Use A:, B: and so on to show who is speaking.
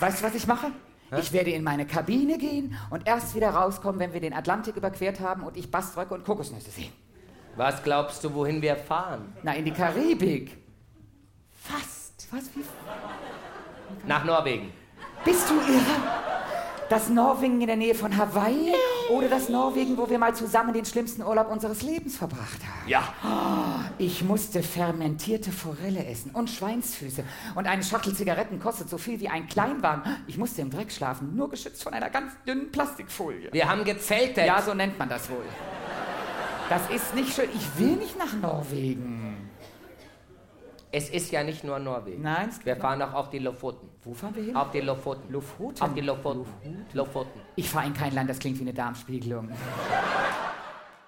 A: Weißt du, was ich mache? Ich werde in meine Kabine gehen und erst wieder rauskommen, wenn wir den Atlantik überquert haben und ich Baströcke und Kokosnüsse sehe.
B: Was glaubst du, wohin wir fahren?
A: Na, in die Karibik. Fast. Was? Wie?
B: Nach Norwegen.
A: Bist du irre? Das Norwegen in der Nähe von Hawaii oder das Norwegen, wo wir mal zusammen den schlimmsten Urlaub unseres Lebens verbracht haben?
B: Ja.
A: Ich musste fermentierte Forelle essen und Schweinsfüße. Und eine Schachtel Zigaretten kostet so viel wie ein Kleinwagen. Ich musste im Dreck schlafen, nur geschützt von einer ganz dünnen Plastikfolie.
B: Wir haben gezeltet.
A: Ja, so nennt man das wohl. Das ist nicht schön. Ich will nicht nach Norwegen.
B: Es ist ja nicht nur Norwegen.
A: Nein, es gibt
B: Wir fahren auch auf die Lofoten.
A: Wo fahren wir hin?
B: Auf die Lofoten.
A: Lofoten?
B: Auf die Lofoten. Lofoten.
A: Ich fahre in kein Land, das klingt wie eine Darmspiegelung.